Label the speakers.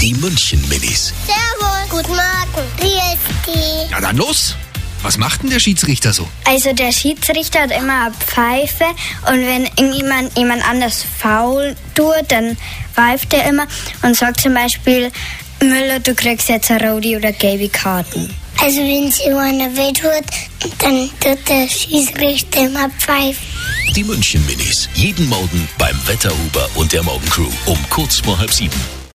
Speaker 1: Die München Minis.
Speaker 2: Servus. Guten Morgen. Wie ist die?
Speaker 1: Ja, dann los. Was macht denn der Schiedsrichter so?
Speaker 3: Also der Schiedsrichter hat immer eine Pfeife und wenn irgendjemand jemand anders faul tut, dann pfeift er immer und sagt zum Beispiel, Müller, du kriegst jetzt eine rote oder gelbe Karten.
Speaker 2: Also wenn es jemandem weh tut, dann tut der Schießrichter immer pfeifen.
Speaker 1: Die München Minis. Jeden Morgen beim Wetterhuber und der Morgencrew um kurz vor halb sieben.